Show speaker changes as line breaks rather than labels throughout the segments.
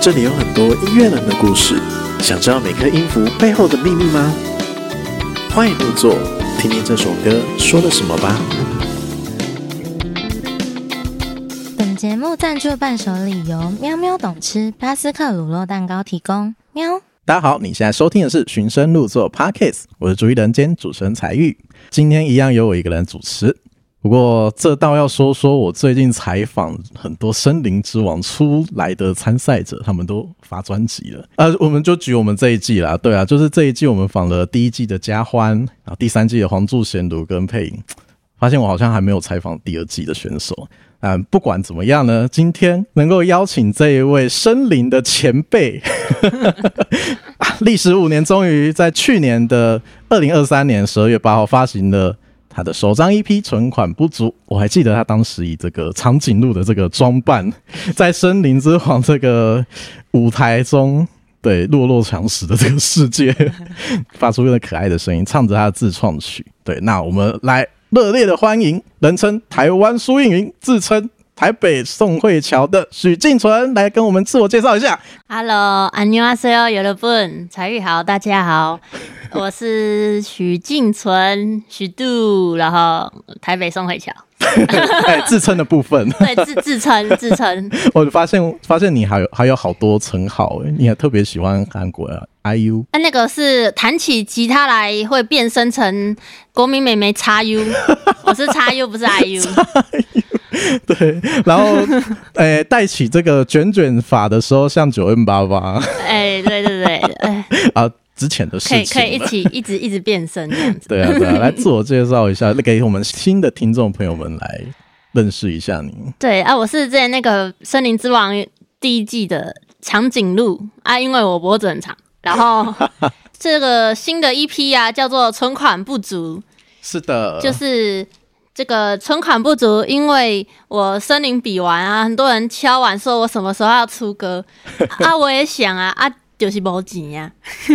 这里有很多音乐人的故事，想知道每颗音符背后的秘密吗？欢迎入座，听听这首歌说了什么吧。
本节目赞助伴手礼由喵喵懂吃巴斯克乳酪蛋糕提供。喵，
大家好，你现在收听的是《寻声入座》Podcast，我是主一人兼主持人彩玉，今天一样由我一个人主持。不过这倒要说说我最近采访很多森林之王出来的参赛者，他们都发专辑了。呃，我们就举我们这一季啦，对啊，就是这一季我们访了第一季的嘉欢，然后第三季的黄柱贤、卢跟配音，发现我好像还没有采访第二季的选手。嗯，不管怎么样呢，今天能够邀请这一位森林的前辈，啊 历时五年，终于在去年的二零二三年十二月八号发行了他的首张 EP《存款不足》。我还记得他当时以这个长颈鹿的这个装扮， 在森林之王这个舞台中。对，落落长识的这个世界， 发出了可爱的声音，唱着他的自创曲。对，那我们来热烈的欢迎，人称台湾苏运云，自称台北宋慧乔的许敬纯，来跟我们自我介绍一下。
Hello，안녕하세요，여러분，彩玉好，大家好，我是许静存，许度，然后台北宋慧乔，
哎，自称的部分，
对，自自称 自称，
我发现发现你还有还有好多称号，哎你还特别喜欢韩国啊，IU。
啊，那个是弹起吉他来会变身成国民美眉叉 U，我是叉 U 不是 IU，
对，然后，诶、戴起这个卷卷发的时候像九 N 八八
哎、对对对，哎、
啊，之前的事情
可以可以一
了
起一直一直变身这样子。
对啊，对啊， 来自我介绍一下，给我们新的听众朋友们来认识一下你。
对啊，我是之前那个《森林之王》第一季的长颈鹿啊，因为我脖子很长。然后这个新的一批啊，叫做存款不足，
是的，
就是这个存款不足，因为我森林比完啊，很多人敲碗说我什么时候要出歌啊，我也想啊啊，就是没钱呀、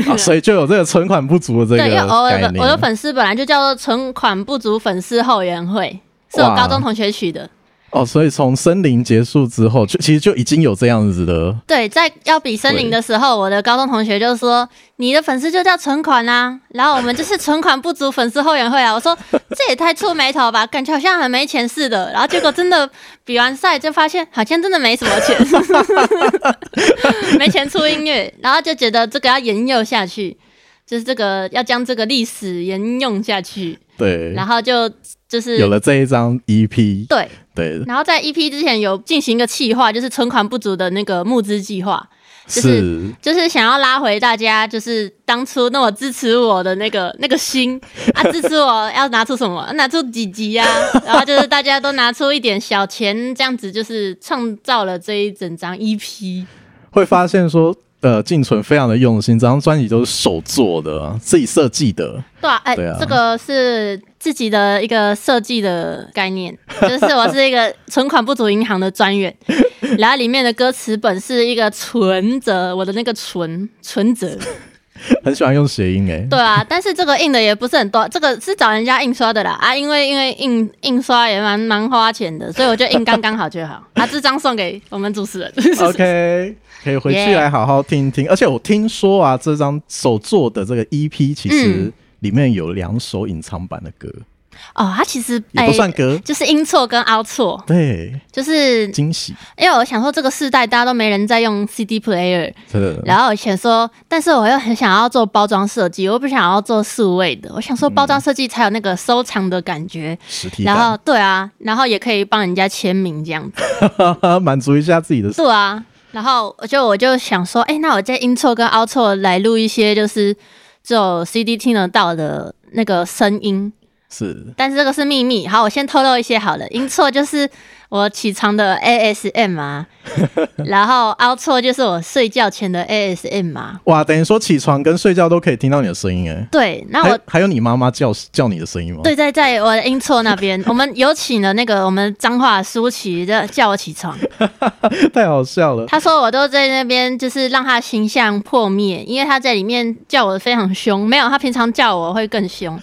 啊所以就有这个存款不足的这
对，因为
个
我
概
的
念。
我的粉丝本来就叫做存款不足粉丝后援会，是我
哇
高中同学取的。
哦，所以从森林结束之后，就其实就已经有这样子的
对，在要比森林的时候，我的高中同学就说：“你的粉丝就叫存款啊。”然后我们就是存款不足粉丝后援会啊。我说这也太触眉头吧，感觉好像很没钱似的。然后结果真的比完赛就发现，好像真的没什么钱， 没钱出音乐，然后就觉得这个要沿用下去，就是这个要将这个历史沿用下去。
对，
然后就就是
有了这一张 EP，
对，
对，
然后在 EP 之前有进行一个计划，就是存款不足的那个募资计划。就是
是
就是想要拉回大家，就是当初那么支持我的那个 那个心啊，支持我要拿出什么？ 拿出几集啊？然后就是大家都拿出一点小钱，这样子就是创造了这一整张 E EP。
会发现说，呃，静存非常的用心，这张专辑都是手做的，自己设计的，
对啊，哎、
对啊
这个是自己的一个设计的概念， 就是我是一个存款不足银行的专员， 然后里面的歌词本是一个存折，我的那个存存折。
很喜欢用谐音哎、
对啊，但是这个印的也不是很多，这个是找人家印刷的啦啊，因为因为印印刷也蛮蛮花钱的，所以我就印刚刚好就好 啊。这张送给我们主持人。
OK，可以回去
Yeah
来好好听一听。而且我听说啊，这张手做的这个 EP 其实
嗯
里面有两首隐藏版的歌，
哦，它其实
也不算歌，
就是音错跟凹错，
对，
就是
惊喜，
因为我想说这个世代大家都没人在用 CD player，
真的。
然后我以前说，但是我又很想要做包装设计，我不想要做数位的，我想说
嗯
包装设计才有那个收藏的感觉，
实体
然后
感，
对啊，然后也可以帮人家签名这样子。
满足一下自己的
对啊，然后我就我就想说，哎、那我在 intro 跟 outro 来录一些就是只有 CD 听得到的那个声音，
是
但是这个是秘密。好，我先透露一些好了。intro 就是我起床的 ASM 啊，然后 outro 就是我睡觉前的 ASM 啊。
哇，等于说起床跟睡觉都可以听到你的声音哎。
对，那我
还还有你妈妈叫叫你的声音吗？
对，在在我的 intro 那边，我们有请了那个我们彰化的舒淇的叫我起床，
太好笑了。
他说我都在那边，就是让他形象破灭，因为他在里面叫我非常凶，没有他平常叫我会更凶。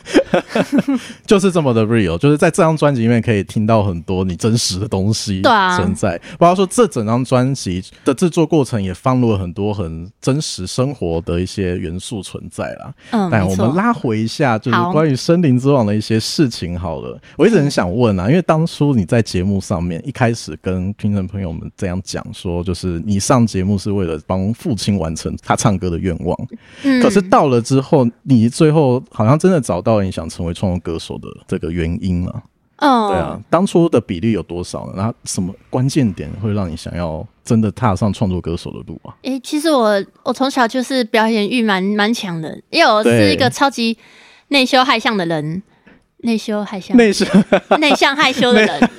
就是这么的 real，就是在这张专辑里面可以听到很多你真实的东西
对啊
存在。包括说这整张专辑的制作过程也放入了很多很真实生活的一些元素存在啦。
嗯，
但
没
哎我
错
们。拉回一下，就是
好
关于森林之王的一些事情好了。我一直很想问啊，
嗯
因为当初你在节目上面一开始跟听众朋友们这样讲说，就是你上节目是为了帮父亲完成他唱歌的愿望，
嗯
可是到了之后，你最后好像真的找到了你想成为创作歌手的这个原因了。
嗯，
对啊，当初的比例有多少呢？然后什么关键点会让你想要真的踏上创作歌手的路啊？
诶、其实我我从小就是表演欲蛮蛮强的，因为我
对
是一个超级内羞害向的人，内羞害向，
内向，
内向害羞的人。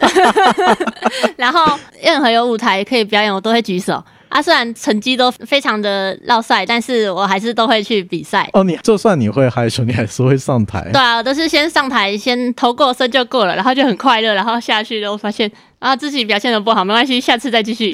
然后任何有舞台可以表演，我都会举手。啊，虽然成绩都非常的落赛，但是我还是都会去比赛。
哦，你就算你会害羞，你还是会上台
对。啊，我都是先上台，先头过身就过了，然后就很快乐，然后下去就发现啊自己表现的不好，没关系，下次再继 续。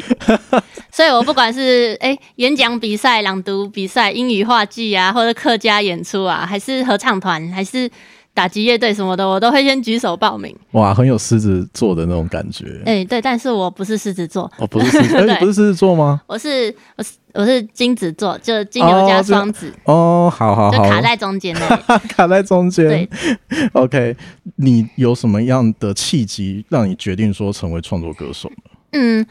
所以我不管是哎、演讲比赛、朗读比赛、英语话剧啊，或者客家演出啊，还是合唱团，还是打击乐队什么的，我都会先举手报名。
哇，很有狮子座的那种感觉。
哎、对，但是我不是狮子座，
哦，不是狮 子，哎、
对
你不是狮子座吗？
我是我是我是金子座，就是金牛
哦
加
这样
双子，
哦，好好
就
好，
卡在中间那里。
卡在中间
对。
OK，你有什么样的契机让你决定说成为创作歌手？
嗯，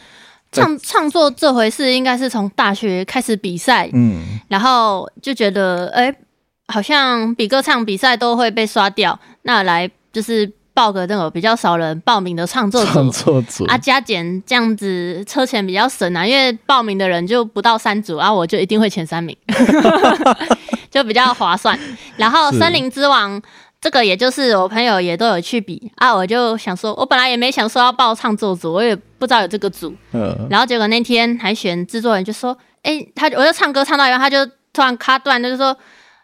对
创创作这回事应该是从大学开始比赛，
嗯，
然后就觉得哎、好像比歌唱比赛都会被刷掉，那来就是报个那个比较少人报名的创作
创
组。
作组
啊，加减这样子车钱比较省啊，因为报名的人就不到三组啊，我就一定会前三名， 就比较划算。然后
是
森林之王这个，也就是我朋友也都有去比啊，我就想说，我本来也没想说要报唱作组，我也不知道有这个组，
嗯，
然后结果那天海选制作人就说：“哎、他我就唱歌唱到一半，他就突然卡断，他就说：‘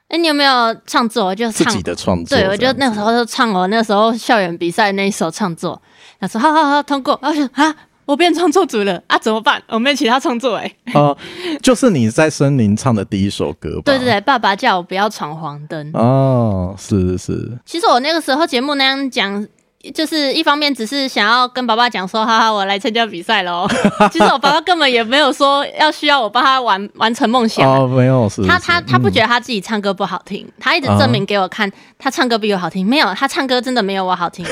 哎、你有没有唱作？’我就
自
唱，
己的创作这
对我
样子。
就那时候就唱我那时候校园比赛那一首唱作，他说：‘好好好，通过。’然后我就啊，我变创作组了啊，怎么办？我没有其他创作哎、
哦，就是你在森林唱的第一首歌吧？
对对。对，爸爸叫我不要闯黄灯。
哦，是是是，
其实我那个时候节目那样讲。就是一方面只是想要跟爸爸讲说，哈哈，我来参加比赛喽。 其实我爸爸根本也没有说要需要我帮他完完成梦想啊、
哦，没有是
他
是
他他不觉得他自己唱歌不好听，他一
啊
直证明给我看，他唱歌比我好听。没有，他唱歌真的没有我 好听。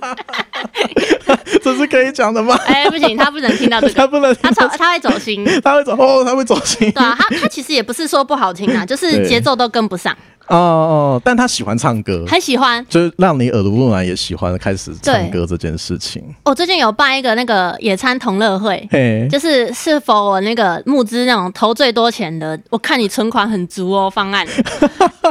嗯这是可以讲的吗？
哎、不行，他不能听到这
他
个，
不能，
他走他会走 心。对
他会走哦，他会走心。
啊，他他其实也不是说不好听啊，就是
对
节奏都跟不上。
哦哦，但他喜欢唱歌，
很喜欢，
就是让你耳濡目染，也喜欢开始唱
对
歌这件事情。
我哦最近有办一个那个野餐同乐会。
嘿，
就是是否我那个募资那种投最多钱的，我看你存款很足哦 方案，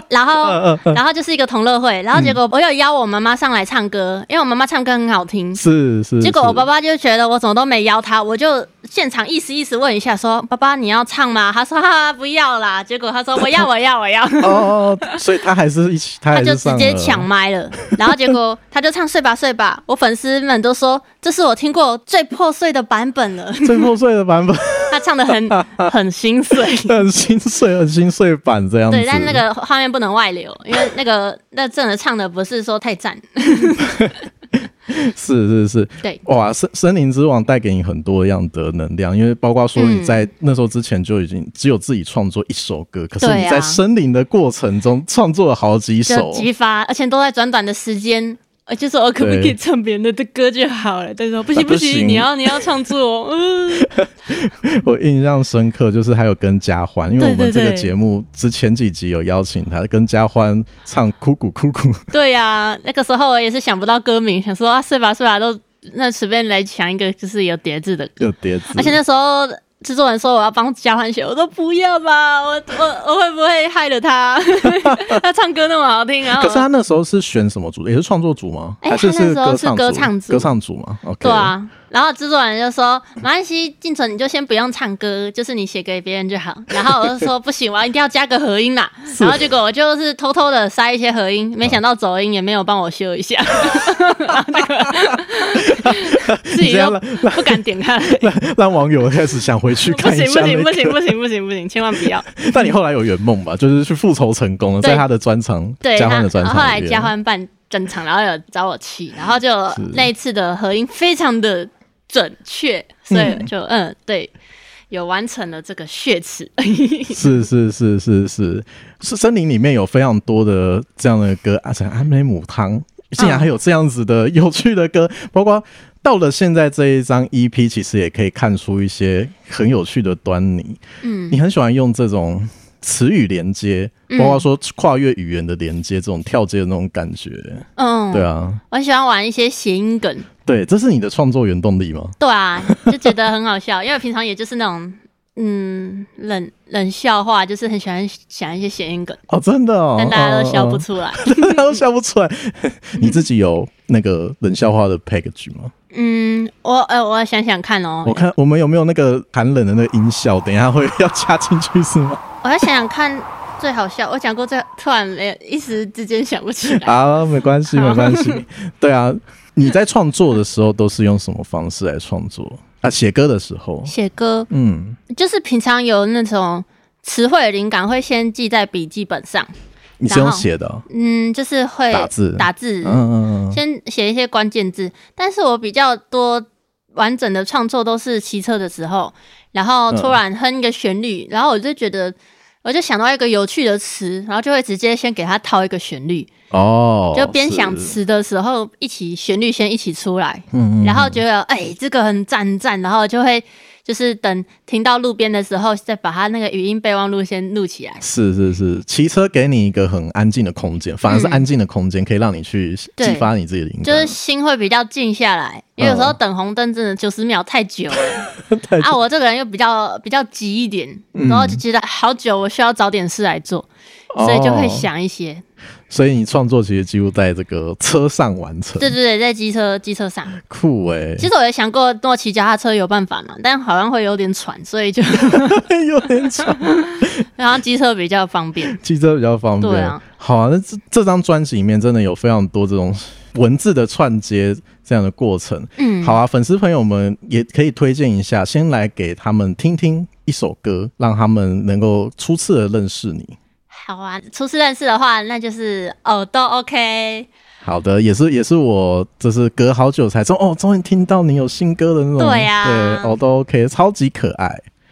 然
嗯
后然后就是一个同乐会，然后结果我有邀我妈妈上来唱歌，因为我妈妈唱歌很好听，
是是。
结果
是
我爸爸就觉得我怎么都没邀他，我就现场意思意思问一下说，爸爸你要唱吗？他说哈哈不要啦。结果 他说我要我要我要，
哦，所以他还是一起，他
他
还
就是直
上
接
了
抢麦了。然后结果他就唱睡吧睡吧，我粉丝们都说这是我听过最破碎的版本了。
最破碎的版本，
他唱的 很很心碎。
很心碎，很心碎版这样子。
对，但那个画面不能外流，因为那个那真的唱的不是说太赞，
是是是，
对，
哇，森森林之王带给你很多样的能量，因为包括说你在那时候之前就已经只有自己创作一首歌，可是
对啊
你在森林的过程中创作了好几
就
首，
激发，而且都在短短的时间。呃，就说我可不可以唱别人的歌就好了，但是我不行
不
不
行
行，你要你要 唱作、哦，嗯，
我印象深刻，就是还有跟嘉欢，因为
对
我们
对
这个
对
节目之前几集有邀请他跟嘉欢唱《哭哭哭哭》，
对呀、那个时候我也是想不到歌名，想说啊睡吧睡吧都那随便来想一个就是有叠字的歌，
有碟子，
而且那时候制作人说我要帮嘉欢写，我说不要吧，我我我会不会害了 他？他唱歌那么好听，然后
可是他那时候是选什么组？也是创作组吗？
哎
还是
他那时候
歌
是
唱
歌唱组
歌唱组吗？OK，
对，啊，然后制作人就说：“没关系，静纯你就先不用唱歌，就是你写给别人就好。” 然后我就说：“不行，我要一定要加个合音 啦。”然后结果我就是偷偷的塞一些合音，没想到走音也没有帮我修 一下，然后那个自
你
己
这样
又
让
不敢点 开来。
让网友开始想回去
不
看一
行
下
不
那
行
个
不。行不行不行不行，千万不要！
但你后来有圆梦吧？就是去复仇成功了，
对
在他的专场，
对
嘉欢
他
的专，场
后来
里面
嘉欢办正常，然后有找我去，然后就那一次的合音非常的准确，所以就嗯对，有完成了这个血池。
是是是是是是，森林里面有非常多的这样的歌，啊，像阿美母汤，竟
嗯
然还有这样子的有趣的歌，包括到了现在这一张 EP，其实也可以看出一些很有趣的端倪。
嗯，
你很喜欢用这种词语连接，包括说跨越语言的连接，这种跳接的那种感觉。
嗯，
对啊，
我喜欢玩一些谐音梗，
对，这是你的创作原动力吗？
对啊，就觉得很好笑，因 为平常也就是那种嗯冷冷笑话，就是很喜欢想一些谐音梗，
哦，真的哦，
但大家都笑不
出，
出来。
大家都笑不出来。你自己有那个冷笑话的 package 吗？
嗯，我呃，我想想看哦，
我看我们有没有那个寒冷的那个音效，等一下会要加进去是 吗？
我要想想看最好笑。我讲过最，突然没有，一时之间想不起来。
啊，没关 系，
好
没关系。对啊，你在创作的时候都是用什么方式来创作啊？写歌的时候，
写歌
嗯，
就是平常有那种词汇灵感，会先记在笔记本上。
你是用
然后
写的哦、
嗯，就是会
打字
打字，
嗯嗯嗯嗯，
先写一些关键字。但是我比较多完整的创作都是骑车的时候，然后
嗯
突然哼一个旋律，然后我就觉得。我就想到一个有趣的词，然后就会直接先给它套一个旋律，
哦，
就边想
是，
词的时候，一起旋律先一起出来，
嗯
然后觉得哎、这个很赞很赞，然后就会就是等停到路边的时候，再把它那个语音备忘录先录起来。
是是是，骑车给你一个很安静的空间，反而是
嗯
安静的空间可以让你去激
对
发你自己的灵感，
就是心会比较静下来，因为有时候等红灯真的九十秒太久了、啊！我这个人又比较比较急一点，然后就觉得好久，我需要找点事来做，所以就会
哦
想一些。
所以你创作其实几乎在这个车上完成，
对对对，在机车机车上，
酷哎、
其实我也想过，我骑脚踏车有办法嘛，但好像会有点喘，所以就
有点吵，
然后机车比较方便。
骑车比较方便。
对啊
好啊，那这这张专辑里面真的有非常多这种文字的串接这样的过程。
嗯，
好啊，粉丝朋友们也可以推荐一下，先来给他们听听一首歌，让他们能够初次的认识你。
好啊，初次认识的话，那就是哦都 OK，
好的，也是也是我，就是隔好久才说哦，终于听到你有新歌的那种，
对啊呀
对，哦都 OK，超级可爱，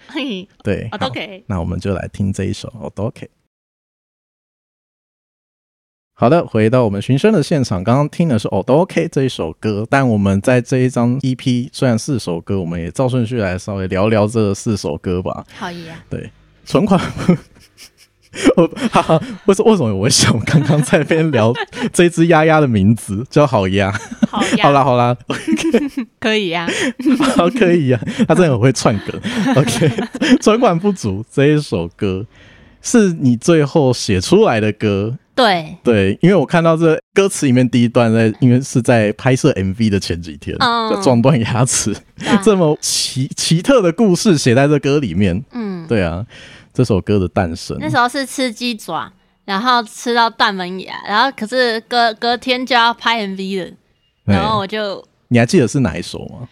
嘿，
对，
哦
好
都 OK。
那我们就来听这一首《o k 好的，回到我们寻声的现场，刚刚听的是《o k 这一首歌，但我们在这一张 EP 虽然四首歌，我们也照顺序来稍微聊聊这四首歌吧。
好呀，
存款， 我哈哈，为什为什么我会想刚刚在那边聊这只鸭鸭的名字叫好鸭？
好
好，啦好啦，
可以啊呀、
好，可以啊，他真的很会串梗。OK，存 款不足这一首歌是你最后写出来的歌，
对，
对，因为我看到这歌词里面第一段在，因为是在拍摄 MV 的前几天，
嗯
就撞断牙齿，
对啊
这么奇奇特的故事写在这歌里面，
嗯，
对啊，这首歌的诞生，
那时候是吃鸡爪，然后吃到断门牙，然后可是隔隔天就要拍 MV 了，
对
然后我就
你还记得是哪一首吗？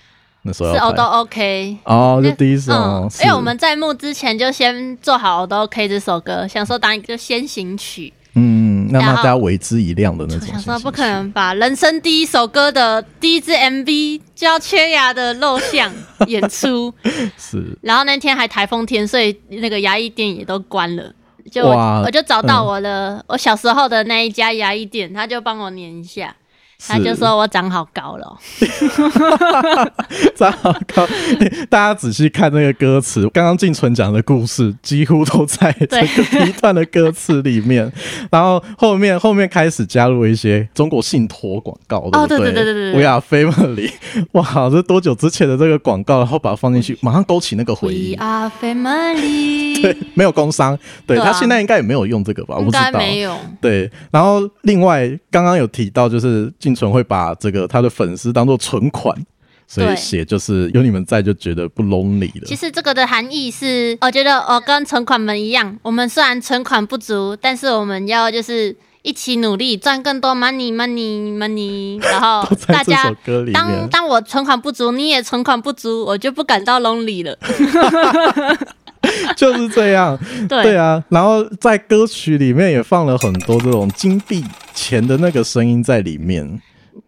那时候
是
要
哦
拍
都 OK。
哦，就第一首，
嗯，
是
因为我们在幕之前就先做好《都 OK》这首歌，想说当一个先行曲，
嗯，让
然后
大家为之一亮的那
我
种心
想
情，
说不可能吧，人生第一首歌的第一支 MV 就要缺牙的露相演出，
是
然后那天还台风天，所以那个牙医店也都关了。就我
哇
我就找
嗯
到我的、我小时候的那一家牙医店，他就帮我粘一下，他
是
就说我长好高了哦，
糟糕！大家仔细看那个歌词，刚刚静纯讲的故事几乎都在这
对
个第一段的歌词里面，然后后面后面开始加入一些中国信托广告，
哦
对不
对对对对对
，We are family，哇， 这多久之前的这个广告，然后把它放进去，马上勾起那个回
We
忆。
are family，
对，没有工伤，对
啊对啊
他现在应该也没有用这个吧？ 我
应
不知
该
道。
没有，
对，然后另外刚刚有提到，就是静纯会把这个他的粉丝当做存款，所以
对
写就是有你们在就觉得不 lonely 了。
其实这个的含义是，我觉得我跟存款们一样，我们虽然存款不足，但是我们要就是一起努力赚更多 money money money，然 后
都在
大
这首
家。
歌里
当
面，
当我存款不足，你也存款不足，我就不感到 lonely 了。
就是这样。
对
对啊，然后在歌曲里面也放了很多这种金币钱的那个声音在里面。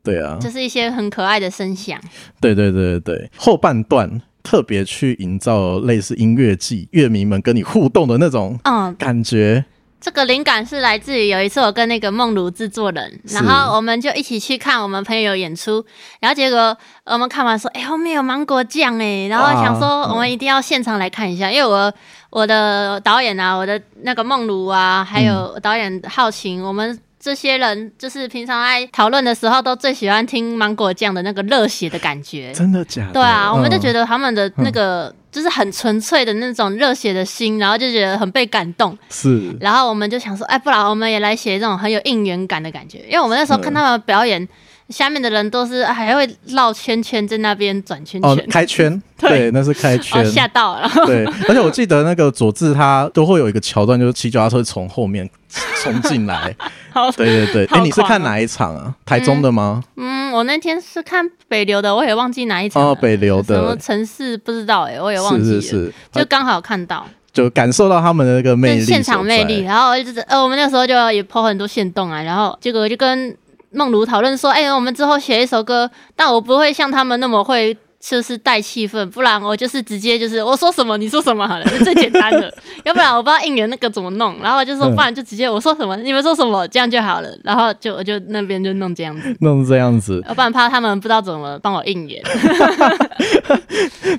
对啊，
就是一些很可爱的声响。
对对对对对，后半段特别去营造类似音乐季乐迷们跟你互动的那种
嗯，
感觉。
这个灵感是来自于有一次我跟那个梦如制作人，
是
然后我们就一起去看我们朋友演出，然后结果我们看完说，哎、后面有芒果酱哎，然后
哇
想说我们一定要现场来看一下，因为我我的导演啊，我的那个梦如啊，还有导演浩晴，我们。这些人就是平常爱讨论的时候，都最喜欢听芒果酱的那个热血的感觉。
真的假的？
对啊，我们就
嗯
觉得他们的那个、就是很纯粹的那种热血的心，然后就觉得很被感动。
是
然后我们就想说，哎，不然我们也来写这种很有应援感的感觉，因为我们那时候看他们表演，下面的人都是哎还会绕圈圈在那边转圈
哦
圈，，
开圈， 对，那是开圈
哦，。吓到了，然后
对，而且我记得那个佐治他都会有一个桥段，就是骑脚踏车从后面冲进来。
好
对对对，
好
哎，你是
狂
看
哦
哪一场啊？台中的吗？
嗯，我那天是看北流的，我也忘记哪一场了
哦，北流
什么
的，
城市不知道哎、我也忘
是
记了，
是是，
就
就
刚好看到，
就感受到他们的那个魅
就
力
是
所在，
现场魅力，然后就是呃，我们那时候就也抛很多线动啊，然后结果就跟梦如讨论说，哎、我们之后写一首歌，但我不会像他们那么会。就是带气氛，不然我就是直接就是我说什么你说什么好了，是最简单的。 要不然我不知道应援那个怎么弄，然后我就说
嗯
不然就直接我说什么你们说什么这样就好了，然后就我就那边就弄这样子，
弄这样子。
要不然怕他们不知道怎么帮我应援。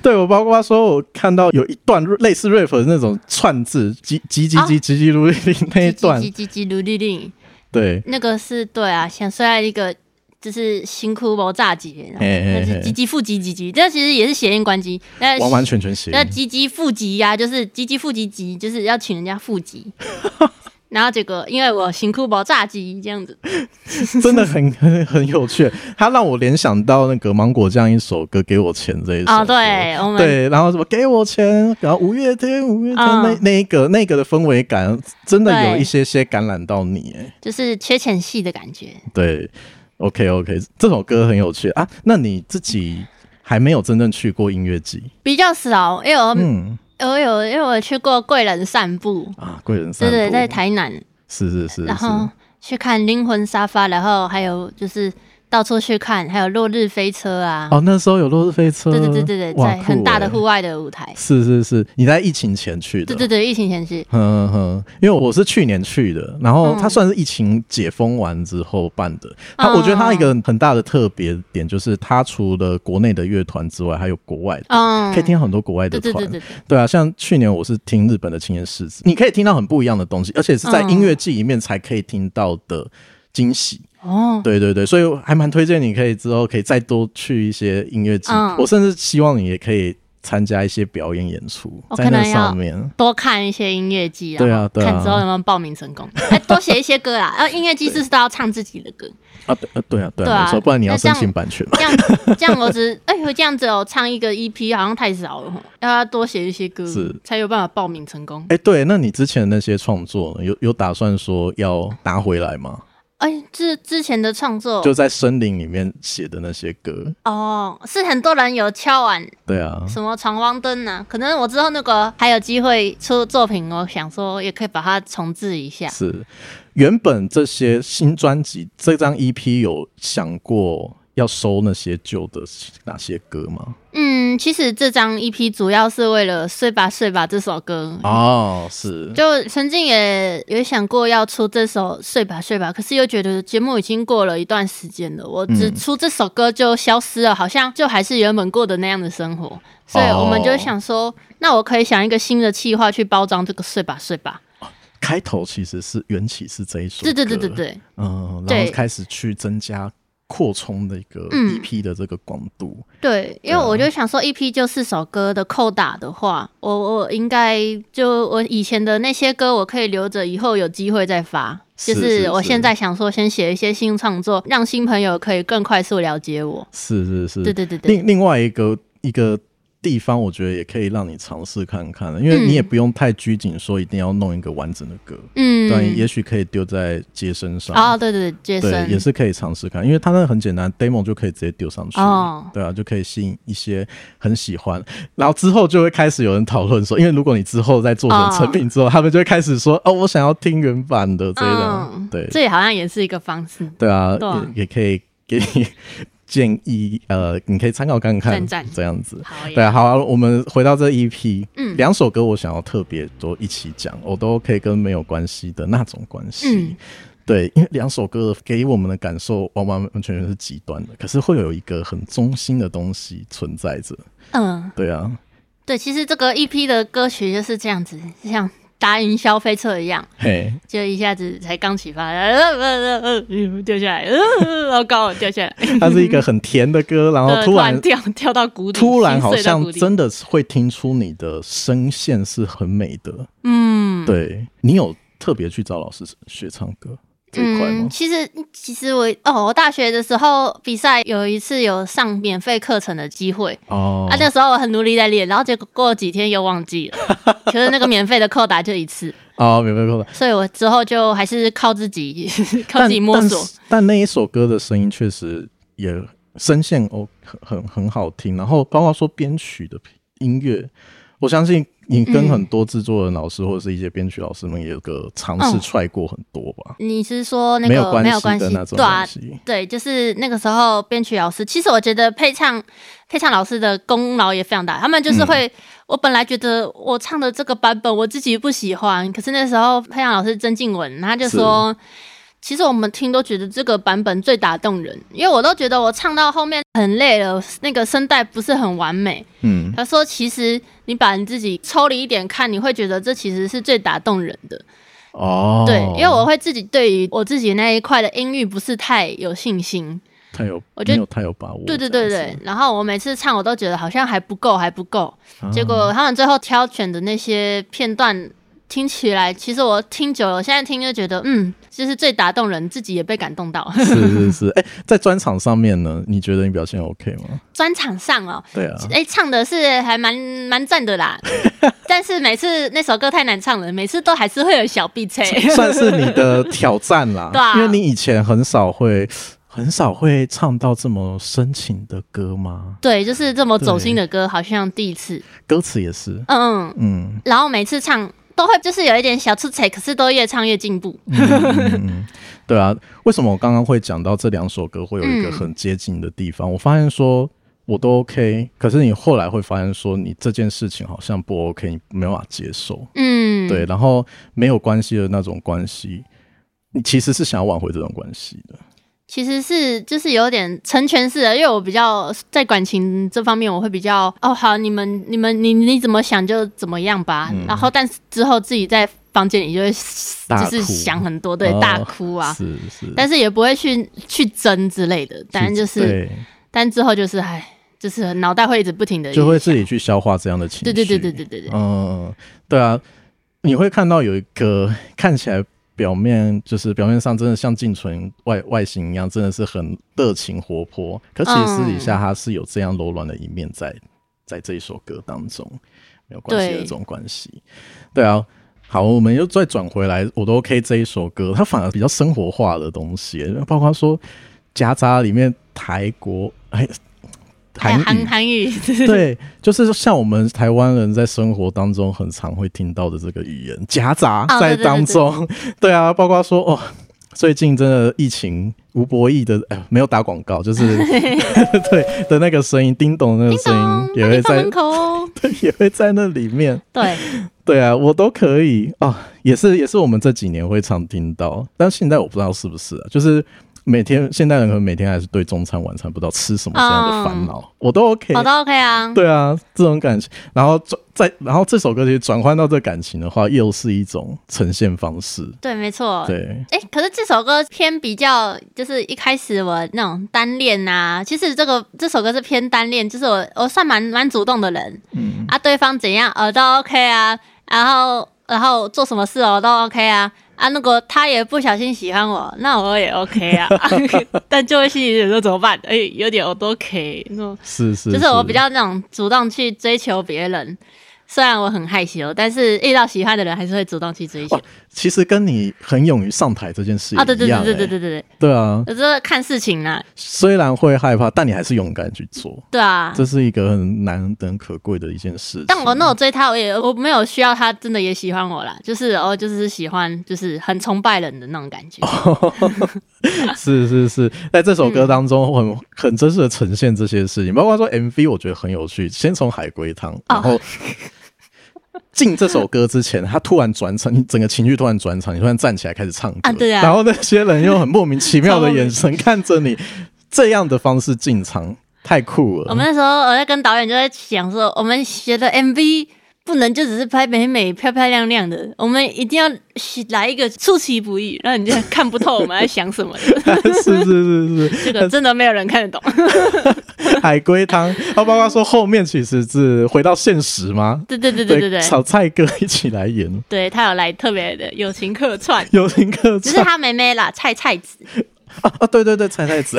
对我包括说，我看到有一段类似 rap 的那种串字，叽叽叽
啊
叽叽叽噜噜那一段，
叽叽叽叽叽噜哩哩，
对，
那个是对啊，想虽然一个就是辛苦谋炸节，然后
嘿嘿嘿
那是唧唧复唧唧唧，这其实也是谐音关机。那
完完全全行。
那唧唧复唧呀、就是唧唧复唧唧，就是要请人家复唧。 然后结果因为我辛苦谋炸机这样子，
真的很很很有趣，它让我联想到那个芒果酱一首歌《给我钱》这一首歌。
哦，对，我们
对，然后什么给我钱，然后五月天，五月天、
嗯
那那一个那个的氛围感，真的
对
有一些些感染到你。哎
就是缺钱戏的感觉。
对，OK OK，这首歌很有趣啊。那你自己还没有真正去过音乐季？
比较少，因为我、
嗯
我有因为我去过贵人散步，
啊，贵人散
对
步，
对，在台南，
是是是，
然
是
后去看灵魂沙发，然后还有就是到处去看，还有落日飞车啊，
哦，那时候有落日飞车，
对对对对对，
呃哇
在很大的，户
酷欸
外的舞台，
是是是，你在疫情前去的，
对对对，疫情前夕，
哼哼哼，嗯因为我是去年去的，然后
嗯
它算是疫情解封完之后办的。它、
嗯
我觉得它一个很大的特别点就是，它除了国内的乐团之外，还有国外的，
嗯，
可以听很多国外的
对对
团。
对对对，
对啊，像去年我是听日本的青年狮子，你可以听到很不一样的东西，而且是在
嗯
音乐季里面才可以听到的惊喜。
哦，
对对对，所以还蛮推荐你可以之后可以再多去一些音乐季，
嗯
我甚至希望你也可以参加一些表演演出，
我
在
哦可
那
能要
上面。
多看一些音乐季，
对啊
然后
对啊
看之后能不能报名成功， 哎，多写一些歌啦，呃然后音乐季是不是都要唱自己的 歌？
啊，对，呃对啊，对
对
啊，
啊
没错，不然你要
那这
申
样
请版权。
这样这样我只哎，我这样只有唱一个 EP 好像太少了，吼要多写一些歌
是
才有办法报名成功。
哎，对，那你之前那些创作呢有有打算说要拿回来吗？
哎，之之前的创作
就在森林里面写的那些歌，
哦，是很多人有敲碗
对啊，
什么闯光灯呢、可能我之后那个还有机会出作品，我想说也可以把它重置一下。
是原本这些新专辑这张 EP 有想过要收那些旧的哪些歌吗？
嗯，其实这张 EP 主要是为了《睡吧睡吧》这首歌。
哦，是，
嗯就曾经也有想过要出这首《睡吧睡吧》，可是又觉得节目已经过了一段时间了，我只
嗯
出这首歌就消失了，好像就还是原本过的那样的生活，所以
哦
我们就想说，那我可以想一个新的计划去包装这个《睡吧睡吧
开头其实是缘起是这一》。首，
对对对对，对，
嗯，然后
对
开始去增加扩充的一个
嗯
EP 的这个广度，
对，
对
因为
啊
我就想说，一批就四首歌的扣打的话，我我应该就我以前的那些歌，我可以留着，以后有机会再发。就是
是
是我
是
现在想说，先写一些新创作，让新朋友可以更快速了解我。
是是是，
对对对对，
另另外一个一个地方，我觉得也可以让你尝试看看了，因为
嗯
你也不用太拘谨，说一定要弄一个完整的歌，
嗯，
对，也许可以丢在街身上。
哦，对对对，杰
对，
森
也是可以尝试看，因为它那个很简单，demo 就可以直接丢上去，
哦
对啊，就可以吸引一些很喜欢，然后之后就会开始有人讨论说，因为如果你之后再做成成品之后，他们就会开始说，哦，我想要听原版的这一种，
嗯
对
这也好像也是一个方式。
对啊，
对啊
也也可以给你建议，呃，你可以参考看看
赞赞
这样子。
好 耶，
对啊，好啊，我们回到这 EP，
嗯
两首歌我想要特别多一起讲，我都可以跟没有关系的那种关系。
嗯
对，因为两首歌给我们的感受完完全全是极端的，可是会有一个很中心的东西存在着。
嗯，
对啊，
对，其实这个 EP 的歌曲就是这样子，就像搭云霄飞车一样，
嘿，
就一下子才刚起发，呃呃呃呃掉下来， 呃好高掉下来，
它 是一个很甜的歌，然后
呃
突
突
然
掉掉到谷 底，
突然好
心碎到谷
像
底
真的会听出你的声线是很美的。
嗯
对你有特别去找老师学唱歌这一块吗
嗯，？其实其实我哦，我大学的时候比赛有一次有上免费课程的机会，
哦，
啊，那时候我很努力在练，然后结果过了几天又忘记 了，就是那个免费的扣打就一次，
哦，明白明白。
所以我之后就还是靠自己， 靠
但
自己摸
但
索。
是但那一首歌的声音确实也声线哦很很很好听，然后包括说编曲的音乐，我相信你跟
嗯
很多制作人老师或者是一些编曲老师们也有个尝试
嗯
踹过很多吧，
你是说那
没有
个
关
没有
系
关系
的那种
对啊
东，西。
对，就是那个时候编曲老师，其实我觉得配唱配唱老师的功劳也非常大。他们就是会，我本来觉得我唱的这个版本我自己不喜欢，可是那时候配唱老师曾静文他就说，其实我们听都觉得这个版本最打动人，因为我都觉得我唱到后面很累了，那个声带不是很完美。
嗯，
他说，其实你把你自己抽离一点看，你会觉得这其实是最打动人的。
哦，
对，因为我会自己对于我自己那一块的音域不是太有信心。
太有，
我觉得
没有太有把握这
对
样子。
对对对，然后我每次唱我都觉得好像还不够，还不够。
啊
结果他们最后挑选的那些片段听起来，其实我听久了，我现在听就觉得，嗯，就是最打动人，自己也被感动到。
是是是，哎，在专场上面呢，你觉得你表现 OK 吗？
专场上哦，
对啊，
哎、唱的是还蛮蛮赞 的啦，但是每次那首歌太难唱了，每次都还是会有小 必吹。，
算是你的挑战啦
对啊
因为你以前很少会很少会唱到这么深情的歌嘛，
对，就是这么走心的歌，好像第一次。
歌词也是，
嗯嗯，
嗯，
然后每次唱都会就是有一点小出彩，可是都越唱越进步。
嗯嗯嗯嗯对啊。为什么我刚刚会讲到这两首歌会有
嗯
一个很接近的地方？我发现说。我都 OK，可是你后来会发现说你这件事情好像不 OK，你没办法接受，
嗯，
对，然后没有关系的那种关系，你其实是想要挽回这种关系的，
其实是就是有点成全式的，因为我比较在感情这方面，我会比较哦，好，你们你们你你怎么想就怎么样吧。然后，但是之后自己在房间里就会
嗯大
就
哭
是想很多，对，
哦
大哭啊。
是是，
但是也不会去去争之类的，当然就是，
对
但之后就是唉，就是脑袋会一直不停的，
就会自己去消化这样的情绪。
对对对对对对对，
嗯，对啊，你会看到有一个 看起来表面就是表面上真的像静纯外外形一样，真的是很热情活泼，可其实私底下他是有这样柔软的一面在在这一首歌当中，没有关系的
对
这种关系。对啊。好，我们又再转回来，我都 OK 这一首歌，它反而比较生活化的东西，包括说夹杂里面台国哎
还
韩
有
语
韩韩语，
对，就是像我们台湾人在生活当中很常会听到的这个语言夹杂
啊
在
对对对
当中， 对啊，包括说哦，最近真的疫情，吴博义的哎没有打广告，就是 对的那个声音，叮咚的那个
叮
声
咚
音，也
那你
会
放
在
门口哦，
对也会在那里面，
对，
对啊，我都可以啊、哦，也是也是我们这几年会常听到，但现在我不知道是不是啊，就是。每天现代人可能每天还是对中餐晚餐不知道吃什么这样
哦
的烦恼，我都 OK，
好的 OK 啊，
对啊，这种感情，然后转再然后这首歌其实转换到这感情的话，又是一种呈现方式。
对，没错，
对，
哎、可是这首歌偏比较，就是一开始我那种单恋呐、其实这个这首歌是偏单恋，就是我我算蛮蛮主动的人
嗯，
哦啊，对方怎样呃都 OK 啊，然后然后做什么事哦都 OK 啊啊，如果他也不小心喜欢我，那我也 OK 啊， 但就会心里想说怎么办？哎、有点我都 OK，那种
是是，
就是我比较那种主动去追求别人。虽然我很害羞，但是遇到喜欢的人还是会主动去追求
哇其实跟你很勇于上台这件事
啊！对对
哦一
对
样
对对
欸
对对
对啊，
对，就是看事情啦，
虽然会害怕，但你还是勇敢去做，
对啊。
这是一个很难能可贵的一件事情。
但我那我追他，我也我没有需要他真的也喜欢我啦，就是哦，就是喜欢，就是很崇拜人的那种感觉。
是是是，在这首
嗯
歌当中很、很真实的呈现这些事情，包括说 MV，我觉得很有趣。先从海龟
哦
汤，然后进这首歌之前，他突然转场，你整个情绪突然转场，你突然站起来开始唱歌，
啊对啊
然后那些人用很莫名其妙
超
的
莫名
眼神看着你，这样的方式进场太酷了。
我们那时候我在跟导演就在想说，我们学的 MV 不能就只是拍美美漂漂亮亮的，我们一定要来一个出其不意，让人家看不透我们在想什么 的。
是是是是，
这个真的没有人看得懂。
海龟汤，然后包括说后面其实是回到现实吗？
对对对对对对，
炒菜哥一起来演，
对他有来特别的友情客串，
友情客
只是
串
他妹妹啦，菜菜子，
啊，对对对，菜菜 子，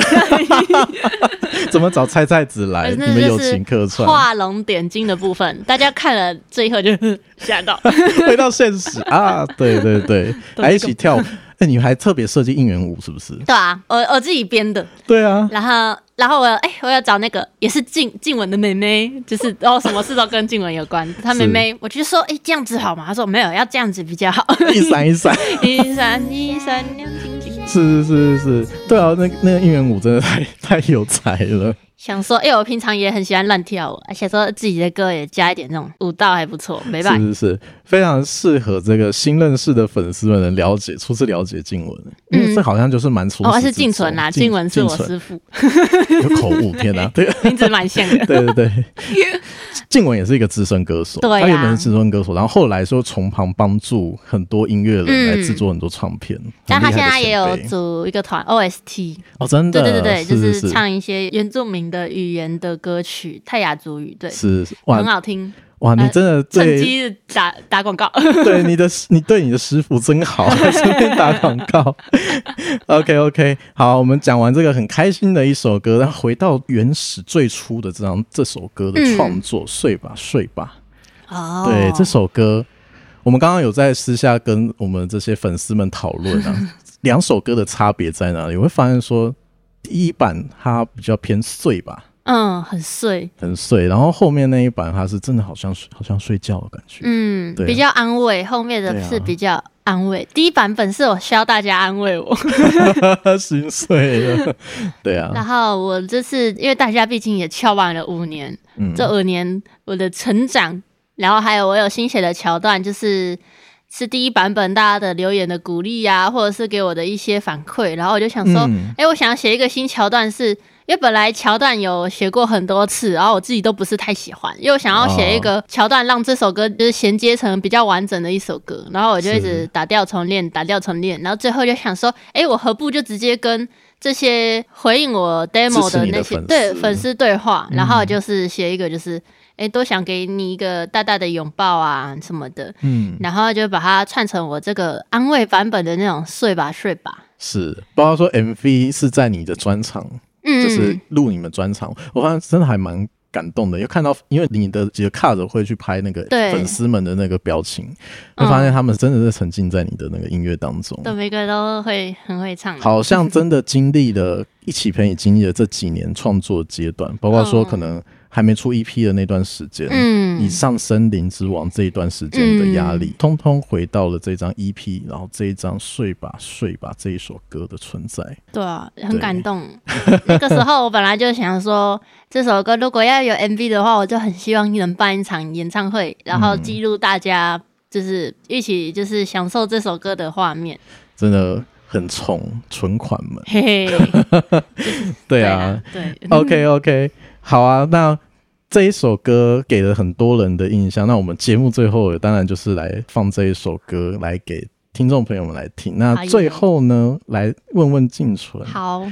怎么找菜菜子来？你
呃那
们友
就
情
是
客串，
画龙点睛的部分，大家看了这一刻就 吓 到。
回到现实啊，对对对，还一起跳舞。哎、你还特别设计应援舞是不 是？
对啊，我我自己编的，
对啊，
然后然后我哎、我要找那个也是静静雯的妹妹，就是然后、什么事都跟静雯有关，她妹妹，我就说哎、这样子好吗？她说没有，要这样子比较好。
一闪一闪，
一闪一闪亮晶晶，
是是是是，对啊，那那个应援舞真的太 太有才了。
想说哎、我平常也很喜欢乱跳舞，而且说自己的歌也加一点那种舞蹈还不错，没办法。
是是是，非常适合这个新认识的粉丝们能了解，初次了解静雯，因为
嗯
这好像就是蛮初
哦，
始之作。
他是静纯啦，静雯是我
静
师傅，
纯有口误，天哪、 对
名字蛮像 的。
对对 对，静雯也是一个资深歌手，
对啊
她原本是资深歌手，然后后来说从旁帮助很多音乐人
嗯
来制作很多唱片，
但他
很厉
现
害的
在也有
前辈
组一个团 OST，
哦，真
对
的，
对对对，就是是唱一些原住民的语言的歌曲，泰雅族语，对，
是是
很
哇
好听。
哇，你
呃
真的
趁
对
机打打广告，
对你的你对你的师傅真 好，顺便打广告。OK OK，好，我们讲完这个很开心的一首歌，然后回到原始最初的这张这首歌的
嗯
创作，睡吧睡吧》。
哦
对，这首歌，我们刚刚有在私下跟我们这些粉丝们讨论啊，两首歌的差别在哪里？我会发现说，第一版它比较偏碎吧，
嗯很碎，
很碎，然后后面那一版它是真的好像好像睡觉的感觉。
嗯
对啊
比较安慰，后面
对
的
啊
是比较安慰。第一版本是我需要大家安慰我，
心碎了，对
然
啊，
后我这次因为大家毕竟也翘完了五年，
嗯，
这五年我的成长，然后还有我有新写的桥段，就是是第一版本大家的留言的鼓励呀、或者是给我的一些反馈，然后我就想说，哎、
嗯
我想要写一个新桥段是，因为本来桥段有写过很多次，然后我自己都不是太喜欢，因为我想要写一个桥段，让这首歌就是衔接成比较完整的一首歌，然后我就一
是
直打掉重练，打掉重练，然后最后就想说，哎、我何不就直接跟这些回应我 demo
支持你的
那些
粉丝嗯
对粉丝对话，然后就是写一个就是，哎、都想给你一个大大的拥抱啊什么的，
嗯
然后就把它串成我这个安慰版本的那种睡吧睡吧，
是，包括说 MV 是在你的专场，
嗯，
就是录你们专场，我发现真的还蛮感动的，有看到因为你的几个 card 会去拍那个
对嗯
粉丝们的那个表情，会发现他们真的是沉浸在你的那个音乐当中，
对每个都会很会唱，
好像真的经历了一起陪你经历了这几年创作阶段，包括说
嗯
可能还没出 EP 的那段时间，
嗯
你上《森林之王》这一段时间的压力，通通回到了这张 EP，然后这一张《睡吧睡吧》这一首歌的存在。
对啊，
对
很感动。那个时候我本来就想说，这首歌如果要有 MV 的话，我就很希望能办一场演唱会，然后记录大家就是一起就是享受这首歌的画面。
真的很宠存款们。
嘿嘿，
对
对
啊
啦，对，
，OK OK，好啊，那。这一首歌给了很多人的印象，那我们节目最后当然就是来放这一首歌来给听众朋友们来听。那
好耶
最后呢，来问问静纯，
好，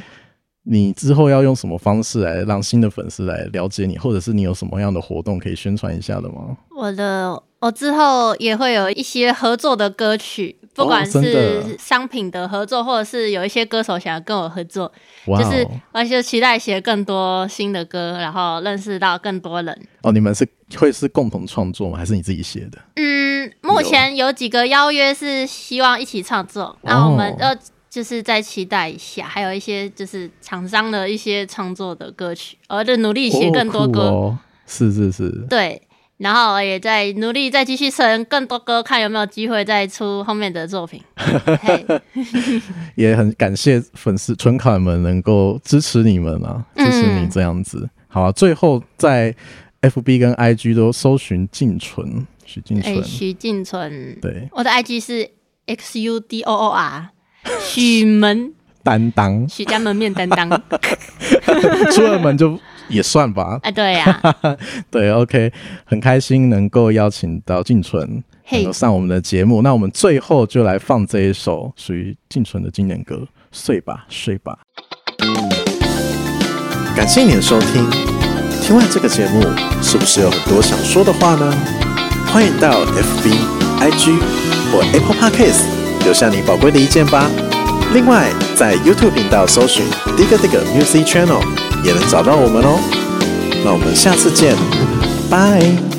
你之后要用什么方式来让新的粉丝来了解你，或者是你有什么样的活动可以宣传一下的吗？
我的我之后也会有一些合作的歌曲，不管
哦真的
是商品的合作，或者是有一些歌手想要跟我合作，
哇、
就
哦
是而且期待写更多新的歌，然后认识到更多人。
哦，你们是会是共同创作吗？还是你自己写的？
嗯，目前有几个邀约是希望一起创
哦
作，然后我们要就是再期待一下，还有一些就是厂商的一些创作的歌曲，我就努力写更多歌。
哦酷哦，是是是，
对，然后我也在努力再继续生更多歌，看有没有机会再出后面 的作品。嘿
也很感谢粉丝纯卡们能够支持你们啊，
嗯
支持你这样子。好啊，最后在 FB 跟 IG 都搜寻静纯，许静
哎、
纯，
徐静纯，
对，
我的 IG 是 X U D O O R，许门，
担当
许家门面担当。
出了门就也算吧。
啊，对呀、啊，
对，OK，很开心能够邀请到静纯。能
嘿
够，上我们的节目，那我们最后就来放这一首属于静纯的经典歌《睡吧睡吧》。感谢你的收听。听完这个节目，是不是有很多想说的话呢？欢迎到 FB、IG 或 Apple Podcast 留下你宝贵的意见吧。另外，在 YouTube 频道搜寻 “Dig Dig Music Channel” 也能找到我们哦。那我们下次见，拜。